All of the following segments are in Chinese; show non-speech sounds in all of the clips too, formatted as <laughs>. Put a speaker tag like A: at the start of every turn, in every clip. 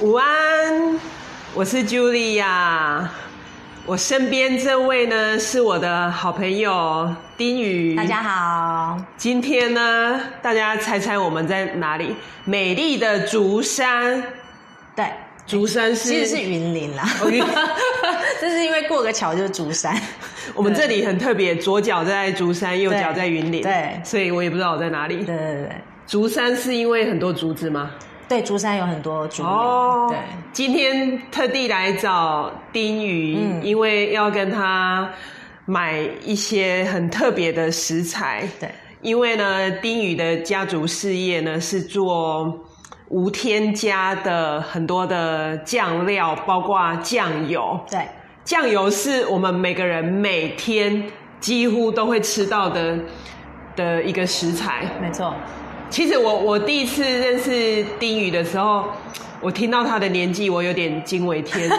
A: 午安，我是 Julia。我身边这位呢是我的好朋友丁宇。
B: 大家好，
A: 今天呢，大家猜猜我们在哪里？美丽的竹山，
B: 对，
A: 竹山是
B: 其实是云林啦，
A: 哦云
B: <laughs> 这是因为过个桥就是竹山，
A: 我们这里很特别，左脚在竹山，右脚在云林，
B: 对
A: 所以我也不知道我在哪里
B: 对。对对对
A: 竹山是因为很多竹子吗？
B: 对，竹山有很多竹林，对，
A: 哦今天特地来找丁宇，
B: 嗯
A: 因为要跟他买一些很特别的食材。
B: 对，
A: 因为呢，丁宇的家族事业呢是做无添加的很多的酱料，包括酱油。
B: 对，
A: 酱油是我们每个人每天几乎都会吃到的的一个食材。
B: 没错，
A: 其实我我第一次认识丁宇的时候，我听到他的年纪，我有点惊为天人。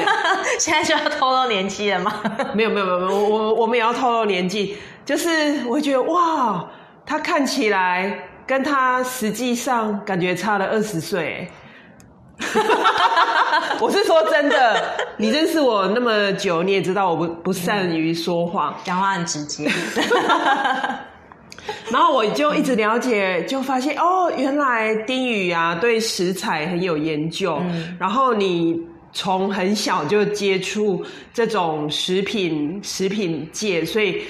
B: 现在就要透露年纪了吗？
A: 没有没有没有，我我我们也要透露年纪，就是我觉得哇，他看起来跟他实际上感觉差了二十岁。 <laughs> 我是说真的，你认识我那么久，你也知道我不不善于说谎。
B: 讲话很直
A: <laughs>
B: 接，
A: 然后我就一直了解，就发现哦，原来丁宇啊对食材很有研究。
B: 嗯
A: 然后你从很小就接触这种食品食品界，所以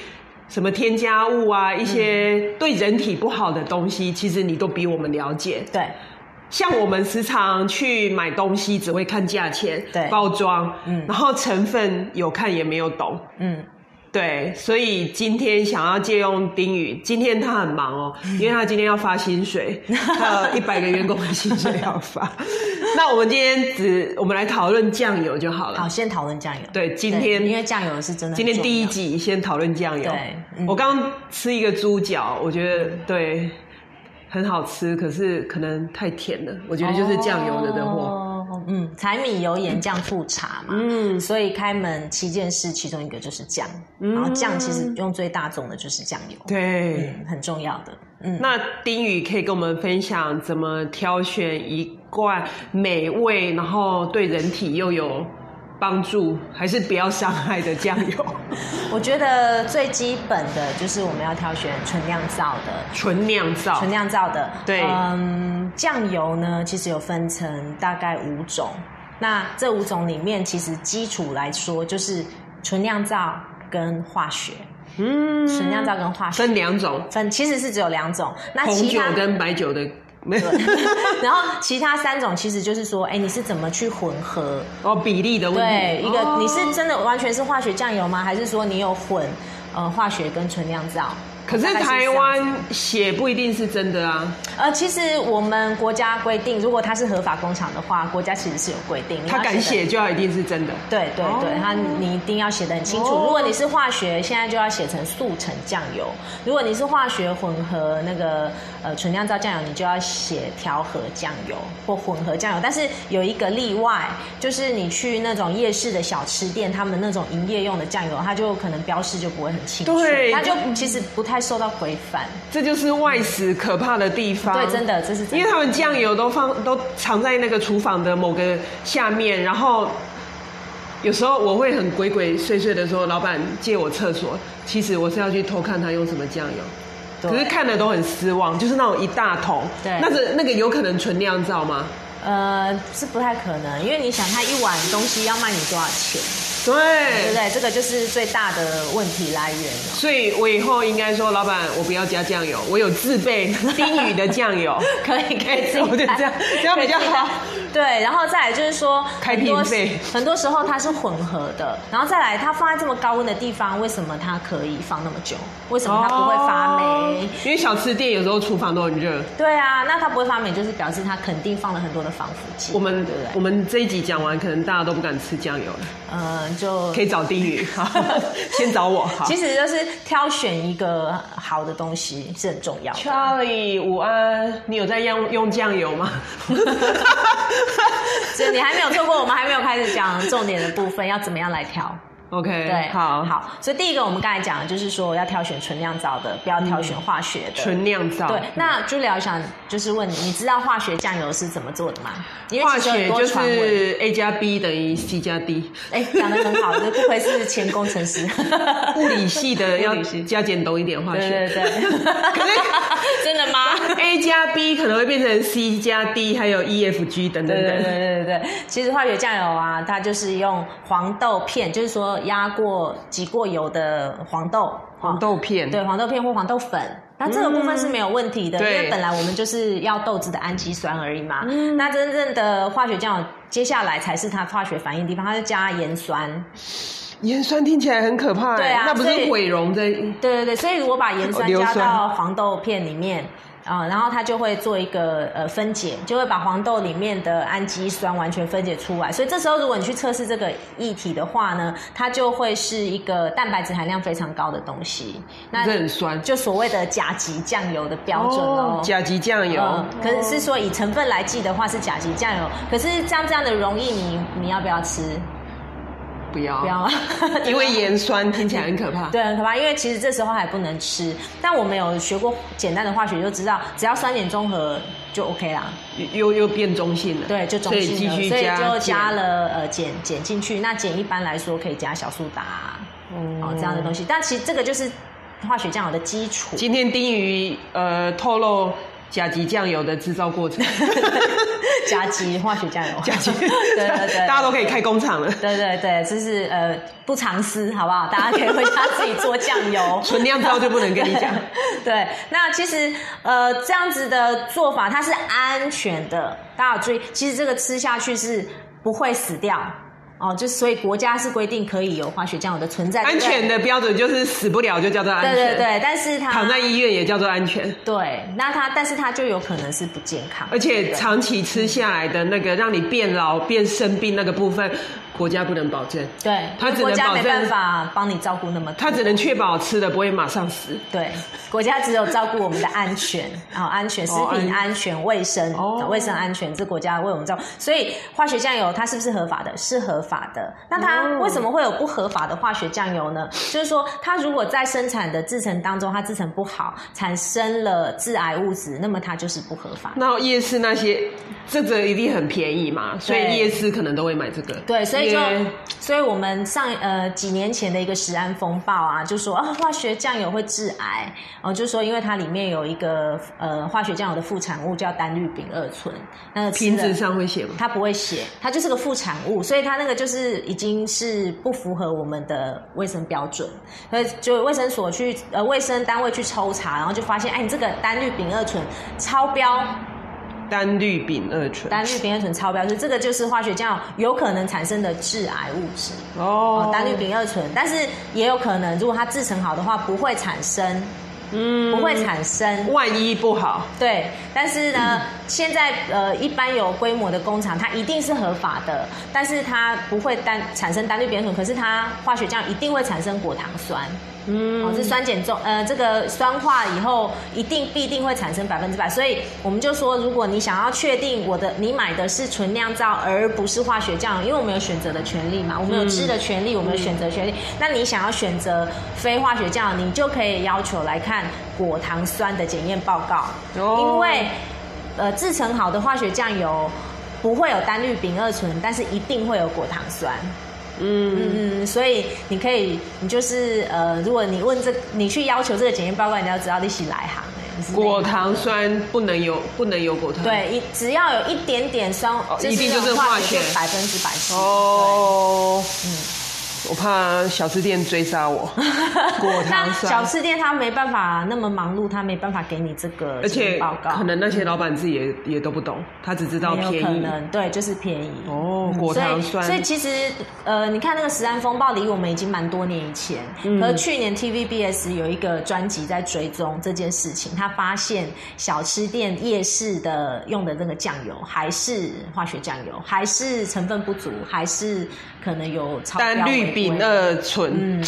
A: 什么添加物啊，一
B: 嗯
A: 些对人体不好的东西，其实你都比我们了解。
B: 对，
A: 像我们时常去买东西，只会看价钱、
B: 对
A: 包装，
B: 嗯
A: 然后成分有看也没有懂。
B: 嗯，
A: 对，所以今天想要借用丁宇，今天他很忙哦，因为他今天要发薪
B: <laughs>
A: 水，他有一百个员工的薪水要发。 <laughs> 那我们今天只我们来讨论酱油就好了。
B: 好，先讨论酱油，
A: 对，今
B: 对，因
A: 天
B: 为酱油是真的，
A: 今天第一，集先讨论酱油。
B: 对嗯
A: 我刚吃一个猪脚，我觉得对很好吃，可是可能太甜了，我觉得就是酱油的的货。
B: 哦嗯，柴米油盐酱醋茶嘛，
A: 嗯，
B: 所以开门七件事，其中一个就是酱，然后酱其实用最大众的就是酱油，
A: 对。
B: 嗯，很重要的，嗯，
A: <laughs> 那丁宇可以跟我们分享怎么挑选一罐美味，然后对人体又有帮助，还是不要伤害的酱
B: <laughs>
A: 油？
B: 我觉得最基本的就是我们要挑选纯酿造的，
A: 纯酿造
B: 纯，酿造的，
A: 对
B: 嗯，酱油呢其实有分成大概五种，那这五种里面其实基础来说就是纯酿造跟化学，
A: 嗯，
B: 纯酿造跟化学
A: 分两种，
B: 分其实是只有两种，那
A: 红
B: 其
A: 酒
B: 他
A: 跟白酒的，没有
B: 对然后其他三种其实就是说，哎，你是怎么去混合？
A: <laughs> 哦比例的问
B: 对，
A: 题。
B: 一个
A: 哦
B: 你是真的完全是化学酱油吗？还是说你有混呃化学跟纯酿造？
A: 可是
B: 大概这
A: 台
B: 样
A: 湾血不一定是真的啊，
B: 呃，其实我们国家规定，如果它是合法工厂的话，国家其实是有规定，你
A: 他
B: 要
A: 敢
B: 写
A: 写
B: 得。
A: 就要一定是真的。
B: 对对
A: 哦
B: 对，它你一定要写得很清楚。
A: 哦
B: 如果你是化学，现在就要写成速成酱油；如果你是化学混合那个呃纯酿造酱油，你就要写调和酱油或混合酱油。但是有一个例外，就是你去那种夜市的小吃店，他们那种营业用的酱油，它就可能标示就不会很清楚，
A: 对
B: 它就其实不太受到规范。
A: 这就是外食可怕的地方。
B: 对，真的，这是真的
A: 因为他们酱油都放都藏在那个厨房的某个下面，然后有时候我会很鬼鬼祟祟的说：“老板借我厕所。”其实我是要去偷看他用什么酱油，
B: 对
A: 可是看了都很失望，就是那种一大桶，
B: 对
A: 那个那个有可能纯酿造吗？
B: 呃，是不太可能，因为你想，它一碗东西要卖你多少钱，
A: 对，
B: 对不对？这个就是最大的问题来源哦了。
A: 所以我以后应该说：“老板，我不要加酱油，我有自备丁宇的酱
B: <laughs>
A: 油。”
B: <laughs>
A: 哎
B: 可以，可以自己带，
A: 我觉得这样这样比较好
B: 可以 <laughs> 自己带。 <laughs> 对，然后再来就是说，
A: 开
B: 很多
A: 瓶费
B: 很多时候它是混合的，然后再来它放在这么高温的地方，为什么它可以放那么久？为什么它不会发霉？
A: 哦因为小吃店有时候厨房都很热。
B: 对啊，那它不会发霉，就是表示它肯定放了很多的防腐剂。
A: 我们
B: 对不
A: 我
B: 对？
A: 们这一集讲完，可能大家都不敢吃酱油了。
B: 嗯，就
A: 可以找丁
B: <laughs>
A: 宇，好 <laughs> 先找我。好
B: 其实就是挑选一个好的东西是很重要的。
A: Charlie，午安，你有在用用酱油吗？ <laughs>
B: 所以你还没有错过，我们还没有开始讲重点的部分，要怎么样来调？
A: OK，
B: 对，
A: 好，，
B: 好。所以第一个我们刚才讲的就是说要挑选纯酿造的，不要挑选化学的。
A: 纯酿造。
B: 对，那朱莉我想就是问你，你知道化学酱油是怎么做的吗？因为
A: 化
B: 其实有
A: 学
B: 很多
A: 就
B: 传闻。
A: 是 A 加 B 等于 C 加 D，
B: 哎，讲的很好，
A: <laughs>
B: 这不愧是前工程师。
A: 物理系的要
B: <laughs> 物理系
A: 加减懂一点化
B: 对
A: 学。
B: 对对，
A: 可是
B: 真的吗？
A: A 加 B 可能会变成 C 加 D，还有 E F G 等等
B: 对对对
A: 等。
B: 对对对，其实化学酱油啊，它就是用黄豆片，就是说压过、挤过油的黄豆，哈
A: 黄豆片，
B: 对黄豆片或黄豆粉。那这个部分是没有问题的，
A: 嗯
B: 因为
A: 对
B: 本来我们就是要豆子的氨基酸而已嘛。
A: 嗯
B: 那真正的化学酱油，接下来才是它化学反应的地方，它就加盐酸。
A: 盐酸听起来很可怕欸，
B: 对啊
A: 那不
B: 所以
A: 是毁容在
B: 对对对，所以我把盐酸
A: 哦硫
B: 加
A: 酸
B: 到黄豆片里面啊、然后它就会做一个呃分解，就会把黄豆里面的氨基酸完全分解出来。所以这时候如果你去测试这个液体的话呢，它就会是一个蛋白质含量非常高的东西。那
A: 这很酸
B: 就所谓的甲级酱油的标准哦。
A: 甲级酱油哦
B: 嗯，可是是说以成分来计的话是甲级酱油，可是像这样的容易你你要不要吃？
A: 不要，
B: 不要啊，
A: 哦 <laughs> 因为盐酸听起来很可怕。
B: <laughs> 对，很可怕，因为其实这时候还不能吃。但我们有学过简单的化学，就知道只要酸碱中和就 OK 啦。
A: 又又变中性了。
B: 对，就中
A: 所以
B: 性
A: 继
B: 了，
A: 续
B: 所以
A: 加
B: 就加
A: 碱
B: 了呃碱碱进去。那碱一般来说可以加小苏打、哦这样的东西，但其实这个就是化学酱油的基础。
A: 今天丁鱼呃透露甲级酱油的制造过程，
B: <laughs> 甲基化学酱油，
A: <laughs> 甲级，
B: <laughs> 对对对，
A: 大家都可以开工
B: <laughs>
A: 厂了。。
B: 对对对，就是呃不藏私，好不好？大家可以回家自己做酱油
A: <laughs> 纯酿造就不能跟你
B: <laughs>
A: 讲，
B: 对，那其实呃这样子的做法它是安全的，大家有注意。其实这个吃下去是不会死掉哦，就是所以国家是规定可以有化学酱油的存在，
A: 安全
B: 的。
A: 的标准就是死不了就叫做安
B: 对
A: 全，
B: 对对，啊但是它
A: 躺在医院也叫做安全，
B: 对，那它但是它就有可能是不健康，
A: 而且
B: 对
A: 长期吃下来的那个让你变老、变生病那个部分，国家不能保证，
B: 对，
A: 它只能
B: 国家
A: 保
B: 没
A: 证
B: 办法帮你照顾那么多
A: 它只能确保吃的不会马上死。
B: 对，国家只有照顾我们的安全，啊、安全、食
A: 哦
B: 品
A: 安
B: 安全、卫生、
A: 哦
B: 卫生安全，这国家为我们照顾。所以化学酱油它是不是合法的？是合法的。那它
A: 哦
B: 为什么会有不合法的化学酱油呢？就是说，它如果在生产的制成当中，它制成不好，产生了致癌物质，那么它就是不合法。
A: 那夜市那些，这个一定很便宜嘛，所以
B: 对
A: 夜市可能都会买这个。
B: 对，所以就
A: 也，
B: 所以我们上呃几年前的一个食安风暴啊，就说啊化学酱油会致癌，哦、就说因为它里面有一个呃化学酱油的副产物叫单氯丙二醇，那个吃
A: 瓶
B: 了
A: 子上会写吗？
B: 它不会写，它就是个副产物，所以它那个就是已经是不符合我们的卫生标准，所以就卫生所去呃卫生单位去抽查，然后就发现，哎，你这个单氯丙二醇超标，
A: 单氯丙二醇。
B: 单氯丙二醇超标，所以这个就是化学酱油有可能产生的致癌物质。
A: 哦
B: 哦，单氯丙二醇，但是也有可能，如果它制成好的话，不会产生，
A: 嗯
B: 不会产生。
A: 万一不好，
B: 对，但是呢，现在呃，一般有规模的工厂，它一定是合法的，但是它不会单产生单氯丙二醇，可是它化学酱一定会产生果糖酸，
A: 嗯
B: 哦，这酸碱中呃，这个酸化以后一定必定会产生百分之百，所以我们就说，如果你想要确定我的你买的是纯酿造而不是化学酱，因为我们有选择的权利嘛，我们有吃的权利，
A: 嗯
B: 我们有选择权利。那你想要选择非化学酱，你就可以要求来看果糖酸的检验报告，
A: 哦
B: 因为呃制成好的化学酱油不会有单氯丙二醇，但是一定会有果糖酸。
A: 嗯，
B: 嗯，所以你可以，你就是呃，如果你问这，你去要求这个检验报告，你要知道利息来行、欸你是哪一
A: 果
B: 行
A: 糖酸不能有，不能有果糖。，
B: 对，一只要有一点点酸，
A: 哦一定就是化学
B: 百分之百是。哦，
A: 哦，我怕小吃店追杀
B: <laughs>
A: 我。果
B: 那
A: 糖
B: 小
A: 酸，
B: 吃店他没办法那么忙碌，他没办法给你这个
A: 而
B: 检
A: 且
B: 验报告，
A: 可能那些老板自己也也都不懂，他只知道
B: 也有
A: 便
B: 可
A: 宜。
B: 能对，就是便宜。
A: 哦，
B: 嗯
A: 果糖酸，
B: 所以，所以其实呃，你看那个《食安风暴》离我们已经蛮多年以前，
A: 嗯
B: 可是去年 TVBS 有一个专辑在追踪这件事情，他发现小吃店夜市的用的那个酱油还是化学酱油，还是成分不足，还是可能有超标
A: 单氯
B: 违
A: 丙
B: 规，
A: 二醇。
B: 嗯，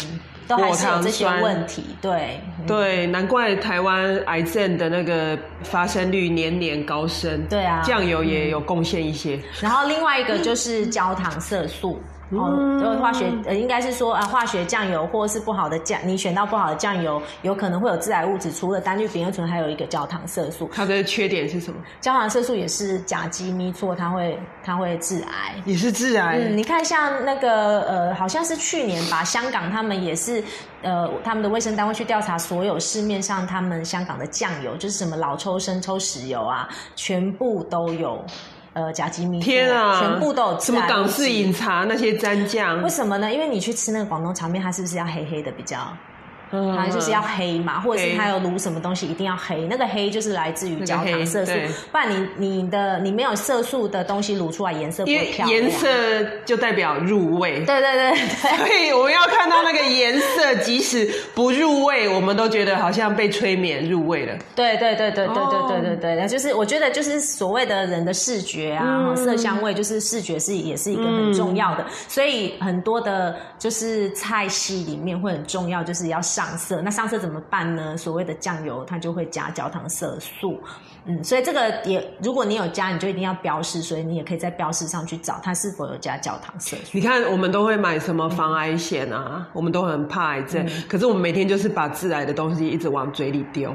B: 都还是有这些
A: 果糖酸
B: 问题，对。嗯
A: 对，难怪台湾癌症的那个发生率年年高升。
B: 对啊
A: 酱油也有贡献一些。
B: 然后另外一个就是焦糖色素，哦，
A: 嗯
B: 呃化学呃，应该是说啊，化学酱油或是不好的酱，你选到不好的酱油，有可能会有致癌物质，除了单氯丙二醇，还有一个焦糖色素。
A: 它的缺点是什么？
B: 焦糖色素也是甲基咪唑，它会它会致癌。
A: 也是致癌。
B: 嗯，你看像那个呃，好像是去年吧，香港他们也是呃，他们的卫生单位去调查所有市面上他们香港的酱油，就是什么老抽、生抽、石油啊，全部都有呃甲基米，
A: 天啊，
B: 全部都有
A: 什
B: 致
A: 么
B: 癌
A: 港
B: 物
A: 式
B: 质
A: 饮茶那些蘸酱
B: 为，什么呢？因为你去吃那个广东炒面，它是不是要黑黑的比较？
A: 嗯
B: 它就是要黑嘛，或者是
A: 黑
B: 它有卤什么东西一定要黑，那个黑就是来自于
A: 那个
B: 焦
A: 黑
B: 糖色素
A: 对，
B: 不然你你的你没有色素的东西卤出来颜色不
A: 因
B: 会
A: 为
B: 漂亮。
A: 颜色就代表入味。
B: 对对对对。
A: <laughs> 所以我们要看到那个颜色，即使不入味，我们都觉得好像被催眠入味了。
B: 对对对对对
A: 哦
B: 对对对对，那就是我觉得就是所谓的人的视觉啊，
A: 嗯
B: 哈色香味就是视觉是也是一个很重要的，所以很多的就是菜系里面会很重要，就是要上色。那上色怎么办呢？所谓的酱油它就会加焦糖色素，嗯，所以这个也如果你有加，你就一定要标示，所以你也可以在标示上去找它是否有加焦糖色素。
A: 你看，我们都会买什么防癌险啊，我们都很怕癌症，
B: 嗯
A: 可是我们每天就是把致癌的东西一直往嘴里丢。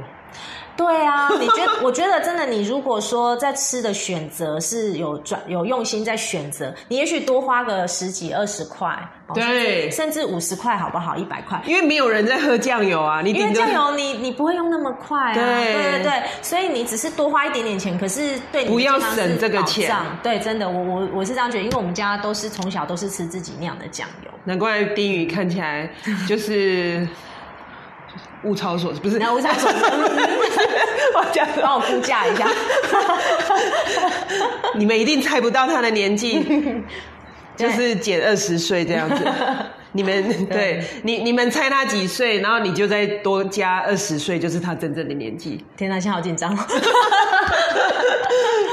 B: 对啊， <laughs> 你觉得？我觉得真的，你如果说在吃的选择是有转有用心在选择，你也许多花个十几二十块，哦
A: 对
B: 甚至五十块好不好？一百块。
A: <laughs> 因为没有人在喝酱油啊，你
B: 因为
A: 顶多
B: 酱油你你不会用那么快啊，
A: 对
B: 对对对，所以你只是多花一点点钱，可是对你的
A: 不要
B: 健康是
A: 省这个
B: 保
A: 钱
B: 障，对，真的，我我我是这样觉得，因为我们家都是从小都是吃自己酿的酱油， <laughs>
A: 难怪丁宇看起来就是物超所值，不是？
B: 然后我想说，
A: <laughs> 我讲错
B: 帮我估
A: <laughs>
B: 价一下， <laughs>
A: 你们一定猜不到他的年纪，就
B: <laughs> 对
A: 是减二十岁这样
B: <laughs>
A: 子。你们对你你们猜他几岁，然后你就再多加二十岁，就是他真正的年纪。
B: 天哪，现在好紧张。哦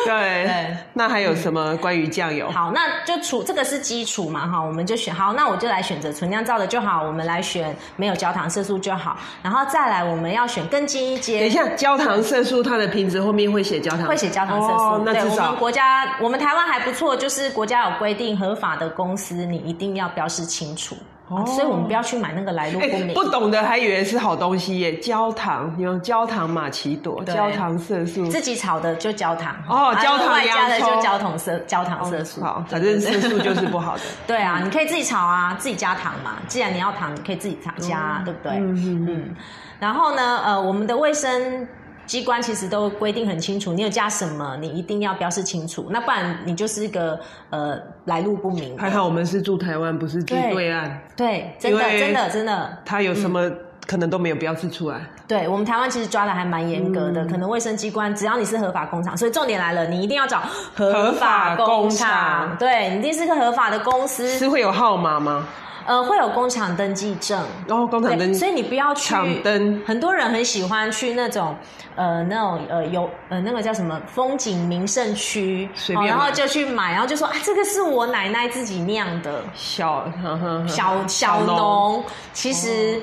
A: 对，
B: 对
A: 那还有什么关于酱油？
B: 好，那就除这个是基础嘛，哈，我们就选好，那我就来选择纯酿造的就好，我们来选没有焦糖色素就好，然后再来我们要选更进一
A: 等一
B: 阶。
A: 下，焦糖色素它的瓶子后面会写焦糖，
B: 会写焦糖色素，
A: 哦、那
B: 对
A: 至
B: 我们
A: 少
B: 国家，我们台湾还不错，就是国家有规定，合法的公司你一定要标示清楚，
A: 哦
B: 所以我们不要去买那个来路
A: 哎、
B: 不明。
A: 不懂的还以为是好东西耶，焦糖，你用焦糖玛奇朵、
B: 对
A: 焦糖色素，
B: 自己炒的就焦糖
A: 哦
B: 啊
A: 焦糖哦
B: 外加的
A: 洋葱
B: 就焦糖色焦糖色素，
A: 好，反正色素就是不
B: <laughs>
A: 好的。
B: 对啊，你可以自己炒啊，自己加糖嘛。既然你要糖，你可以自己加，加对不对？
A: 嗯嗯
B: 嗯然后呢，呃，我们的卫生机关其实都规定很清楚，你有加什么，你一定要标示清楚，那不然你就是一个呃来路不明。
A: 还好我们是住台湾，不是住对岸，
B: 对，嗯真的，
A: 因为
B: 真的，真的。
A: 它有什么可能都没有标示出来。
B: 对我们台湾其实抓的还蛮严格的，
A: 嗯
B: 可能卫生机关只要你是合法工厂，所以重点来了，你一定要找
A: 合
B: 合
A: 法
B: 法
A: 工
B: 工
A: 厂
B: 厂，对，你一定是个合法的公司，
A: 是会有号码吗？哦
B: 呃，会有工厂登记证，
A: 然后工厂灯
B: 对，所以你不要去
A: 厂灯
B: 很多人很喜欢去那种呃那种呃有呃那个叫什么风景名胜区，
A: 随
B: 哦
A: 便
B: 然
A: 买
B: 后就去买，然后就说啊这个是我奶奶自己酿的
A: 小呵呵呵
B: 小嗯小农，哦其实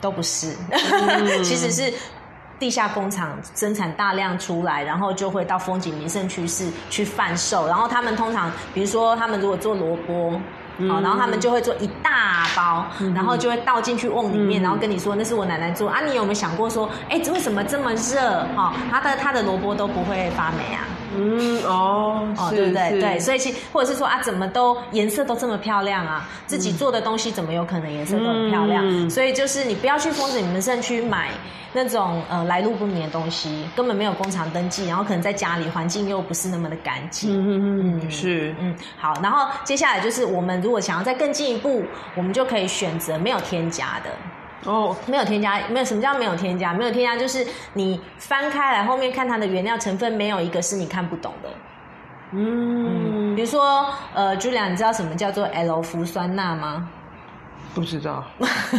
B: 都不是， <laughs> 其实是。地下工厂生产大量出来，然后就会到风景名胜区市去贩售。然后他们通常，比如说他们如果做萝卜，好、然后他们就会做一大包，然后就会倒进去瓮里面，然后跟你说那是我奶奶做啊。你有没有想过说，哎，为什么这么热？哈、它的它的萝卜都不会发霉啊？
A: 嗯哦
B: 哦，
A: 是
B: 对不对？
A: 是
B: 对，所以其或者是说啊，怎么都颜色都这么漂亮啊，自己做的东西怎么有可能颜色都很漂亮？
A: 嗯
B: 所以就是你不要去风景名胜区买那种呃来路不明的东西，根本没有工厂登记，然后可能在家里环境又不是那么的干净。
A: 嗯嗯嗯是
B: 嗯，好，然后接下来就是我们如果想要再更进一步，我们就可以选择没有添加的，
A: 哦
B: 没有添加，没有什么叫没有添加？没有添加就是你翻开来后面看它的原料成分，没有一个是你看不懂的。
A: 嗯
B: 比如说，呃，Julia，你知道什么叫做 L 氟酸钠吗？ <laughs>
A: 不知道，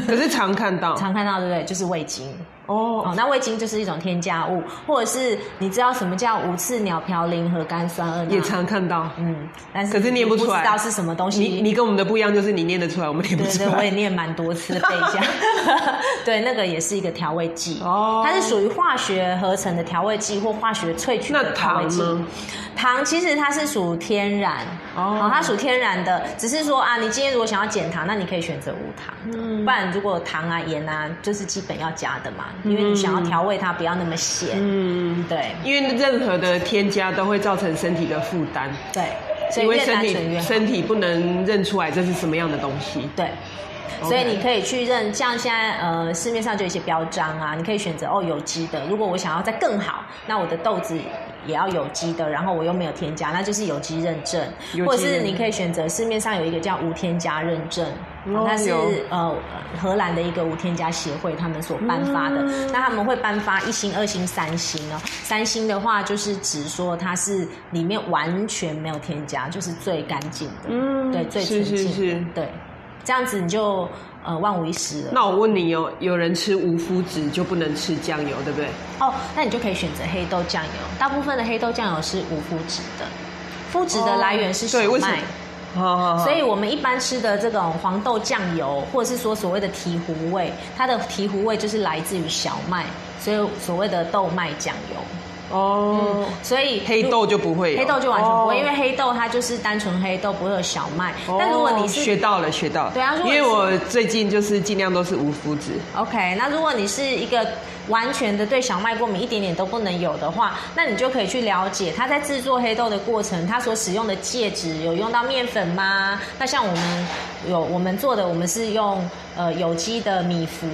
A: 可是常看到
B: 常看到对不对？就是味精。
A: 哦
B: 哦，那味精就是一种添加物，或者是你知道什么叫无刺鸟嘌呤和甘酸二
A: 也
B: 钠？
A: 常看到。
B: 嗯，但是
A: 可是念不
B: 不
A: 出来
B: 知道是什么东西。
A: 你你跟我们的不一样，就是你念得出来，我们念不
B: <laughs> 对
A: 出
B: 嗯对，我
A: 来。
B: 也念蛮多次背一
A: <laughs>
B: 下。 <laughs> 对，那个也是一个调味剂，
A: 哦
B: 它是属于化学合成的调味剂或化学萃取
A: 那
B: 的
A: 糖
B: 调味剂
A: 呢。
B: 糖其实它是属天然，
A: 哦
B: 好它属天然的，只是说啊，你今天如果想要减糖，那你可以选择无糖，
A: 嗯
B: 不然如果糖啊、盐啊，就是基本要加的嘛，因为你想要调味它不要那么咸，
A: 嗯，
B: 对
A: 因为任何的添加都会造成身体的负担，
B: 对，所以
A: 因为
B: 越
A: 身
B: 单纯越
A: 体
B: 好。
A: 身体不能认出来这是什么样的东西。
B: 对。
A: OK
B: 所以你可以去认，像现在呃市面上就有一些标章啊，你可以选择哦有机的。如果我想要再更好，那我的豆子也要有机的，然后我又没有添加，那就是有机认证。
A: 有机认证
B: 或者是你可以选择市面上有一个叫无添加认证，
A: 哦
B: 它是
A: 有
B: 呃荷兰的一个无添加协会他们所颁发的。
A: 嗯
B: 那他们会颁发一星、二星、三星哦。三星的话就是指说它是里面完全没有添加，就是最干净的。
A: 嗯
B: 对，最
A: 是
B: 纯
A: 是
B: 净的，
A: 是
B: 对，这样子你就呃万无一失了。
A: 那我问你哦，有人吃无麸质就不能吃酱油，对不对？
B: 哦，那你就可以选择黑豆酱油，大部分的黑豆酱油是无麸质的，麸质的来源是
A: 哦
B: 小
A: 对为什么。
B: 麦哦
A: 哦好好好
B: 所以我们一般吃的这种黄豆酱油，或者是说所谓的提壶味，它的提壶味就是来自于小麦，所以所谓的豆麦酱油。
A: 哦
B: 嗯，，所以
A: 黑豆就不会有，
B: 黑豆就完全不会，
A: 哦
B: 因为黑豆它就是单纯黑豆，不会有小麦。
A: 哦
B: 但如果你
A: 学
B: 是
A: 到了，学到了，
B: 对啊如
A: 因
B: 果你
A: 为
B: 是
A: 我最近就是尽量都是无麸质，
B: OK，那如果你是一个完全的对小麦过敏，一点点都不能有的话，那你就可以去了解它在制作黑豆的过程，它所使用的介质有用到面粉吗？那像我们有我们做的，我们是用呃有机的米麸，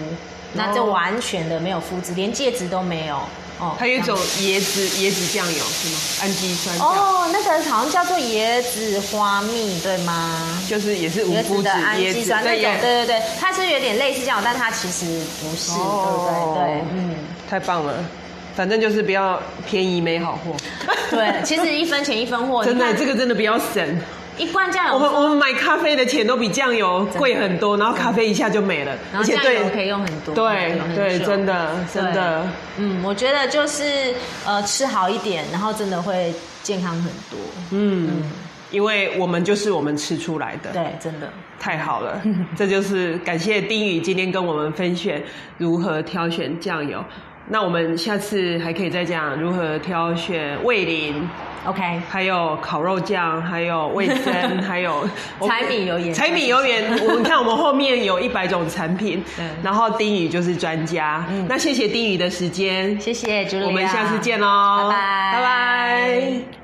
B: 那就
A: 哦
B: 完全的没有麸质，连介质都没有哦。
A: 还有一
B: 这样
A: 种椰子椰子酱油是吗？氨基酸酱，
B: 哦，那个好像叫做椰子花蜜，对吗？
A: 就是也是无麸
B: 椰子
A: 质
B: 的氨
A: 椰
B: 基
A: 子
B: 酸那
A: 对
B: 种，
A: 耶
B: 对对对，它是有点类似这样，但它其实不是，
A: 哦
B: 对对对，嗯。
A: 太棒了，反正就是不要便宜没好货，
B: 对，其实一分钱一分货，
A: 真的
B: 你看
A: 这个真的不要省，
B: 一罐酱
A: 我们
B: 油，
A: 我们买咖啡的钱都比酱油贵很多，然后咖啡一下就没了，
B: 然后酱油可以用很多，
A: 对
B: 用很
A: 对，
B: 久
A: 真的真的，
B: 嗯，我觉得就是呃吃好一点，然后真的会健康很多，
A: 嗯
B: 嗯，
A: 因为我们就是我们吃出来的，
B: 对，真的，
A: 太好了，
B: <laughs>
A: 这就是感谢丁宇今天跟我们分享如何挑选酱油。那我们下次还可以再讲如何挑选味淋，
B: OK，
A: 还有烤肉酱，还有味
B: <laughs>
A: 增，还有我
B: 柴米油盐
A: 柴米油盐，我们看我们后面有一百种产品
B: <laughs> 对，
A: 然后丁宇就是专家。
B: 嗯
A: 那谢谢丁宇的时间，
B: 谢谢朱莉，啊
A: 我们下次见喽，
B: 拜拜，
A: 拜拜。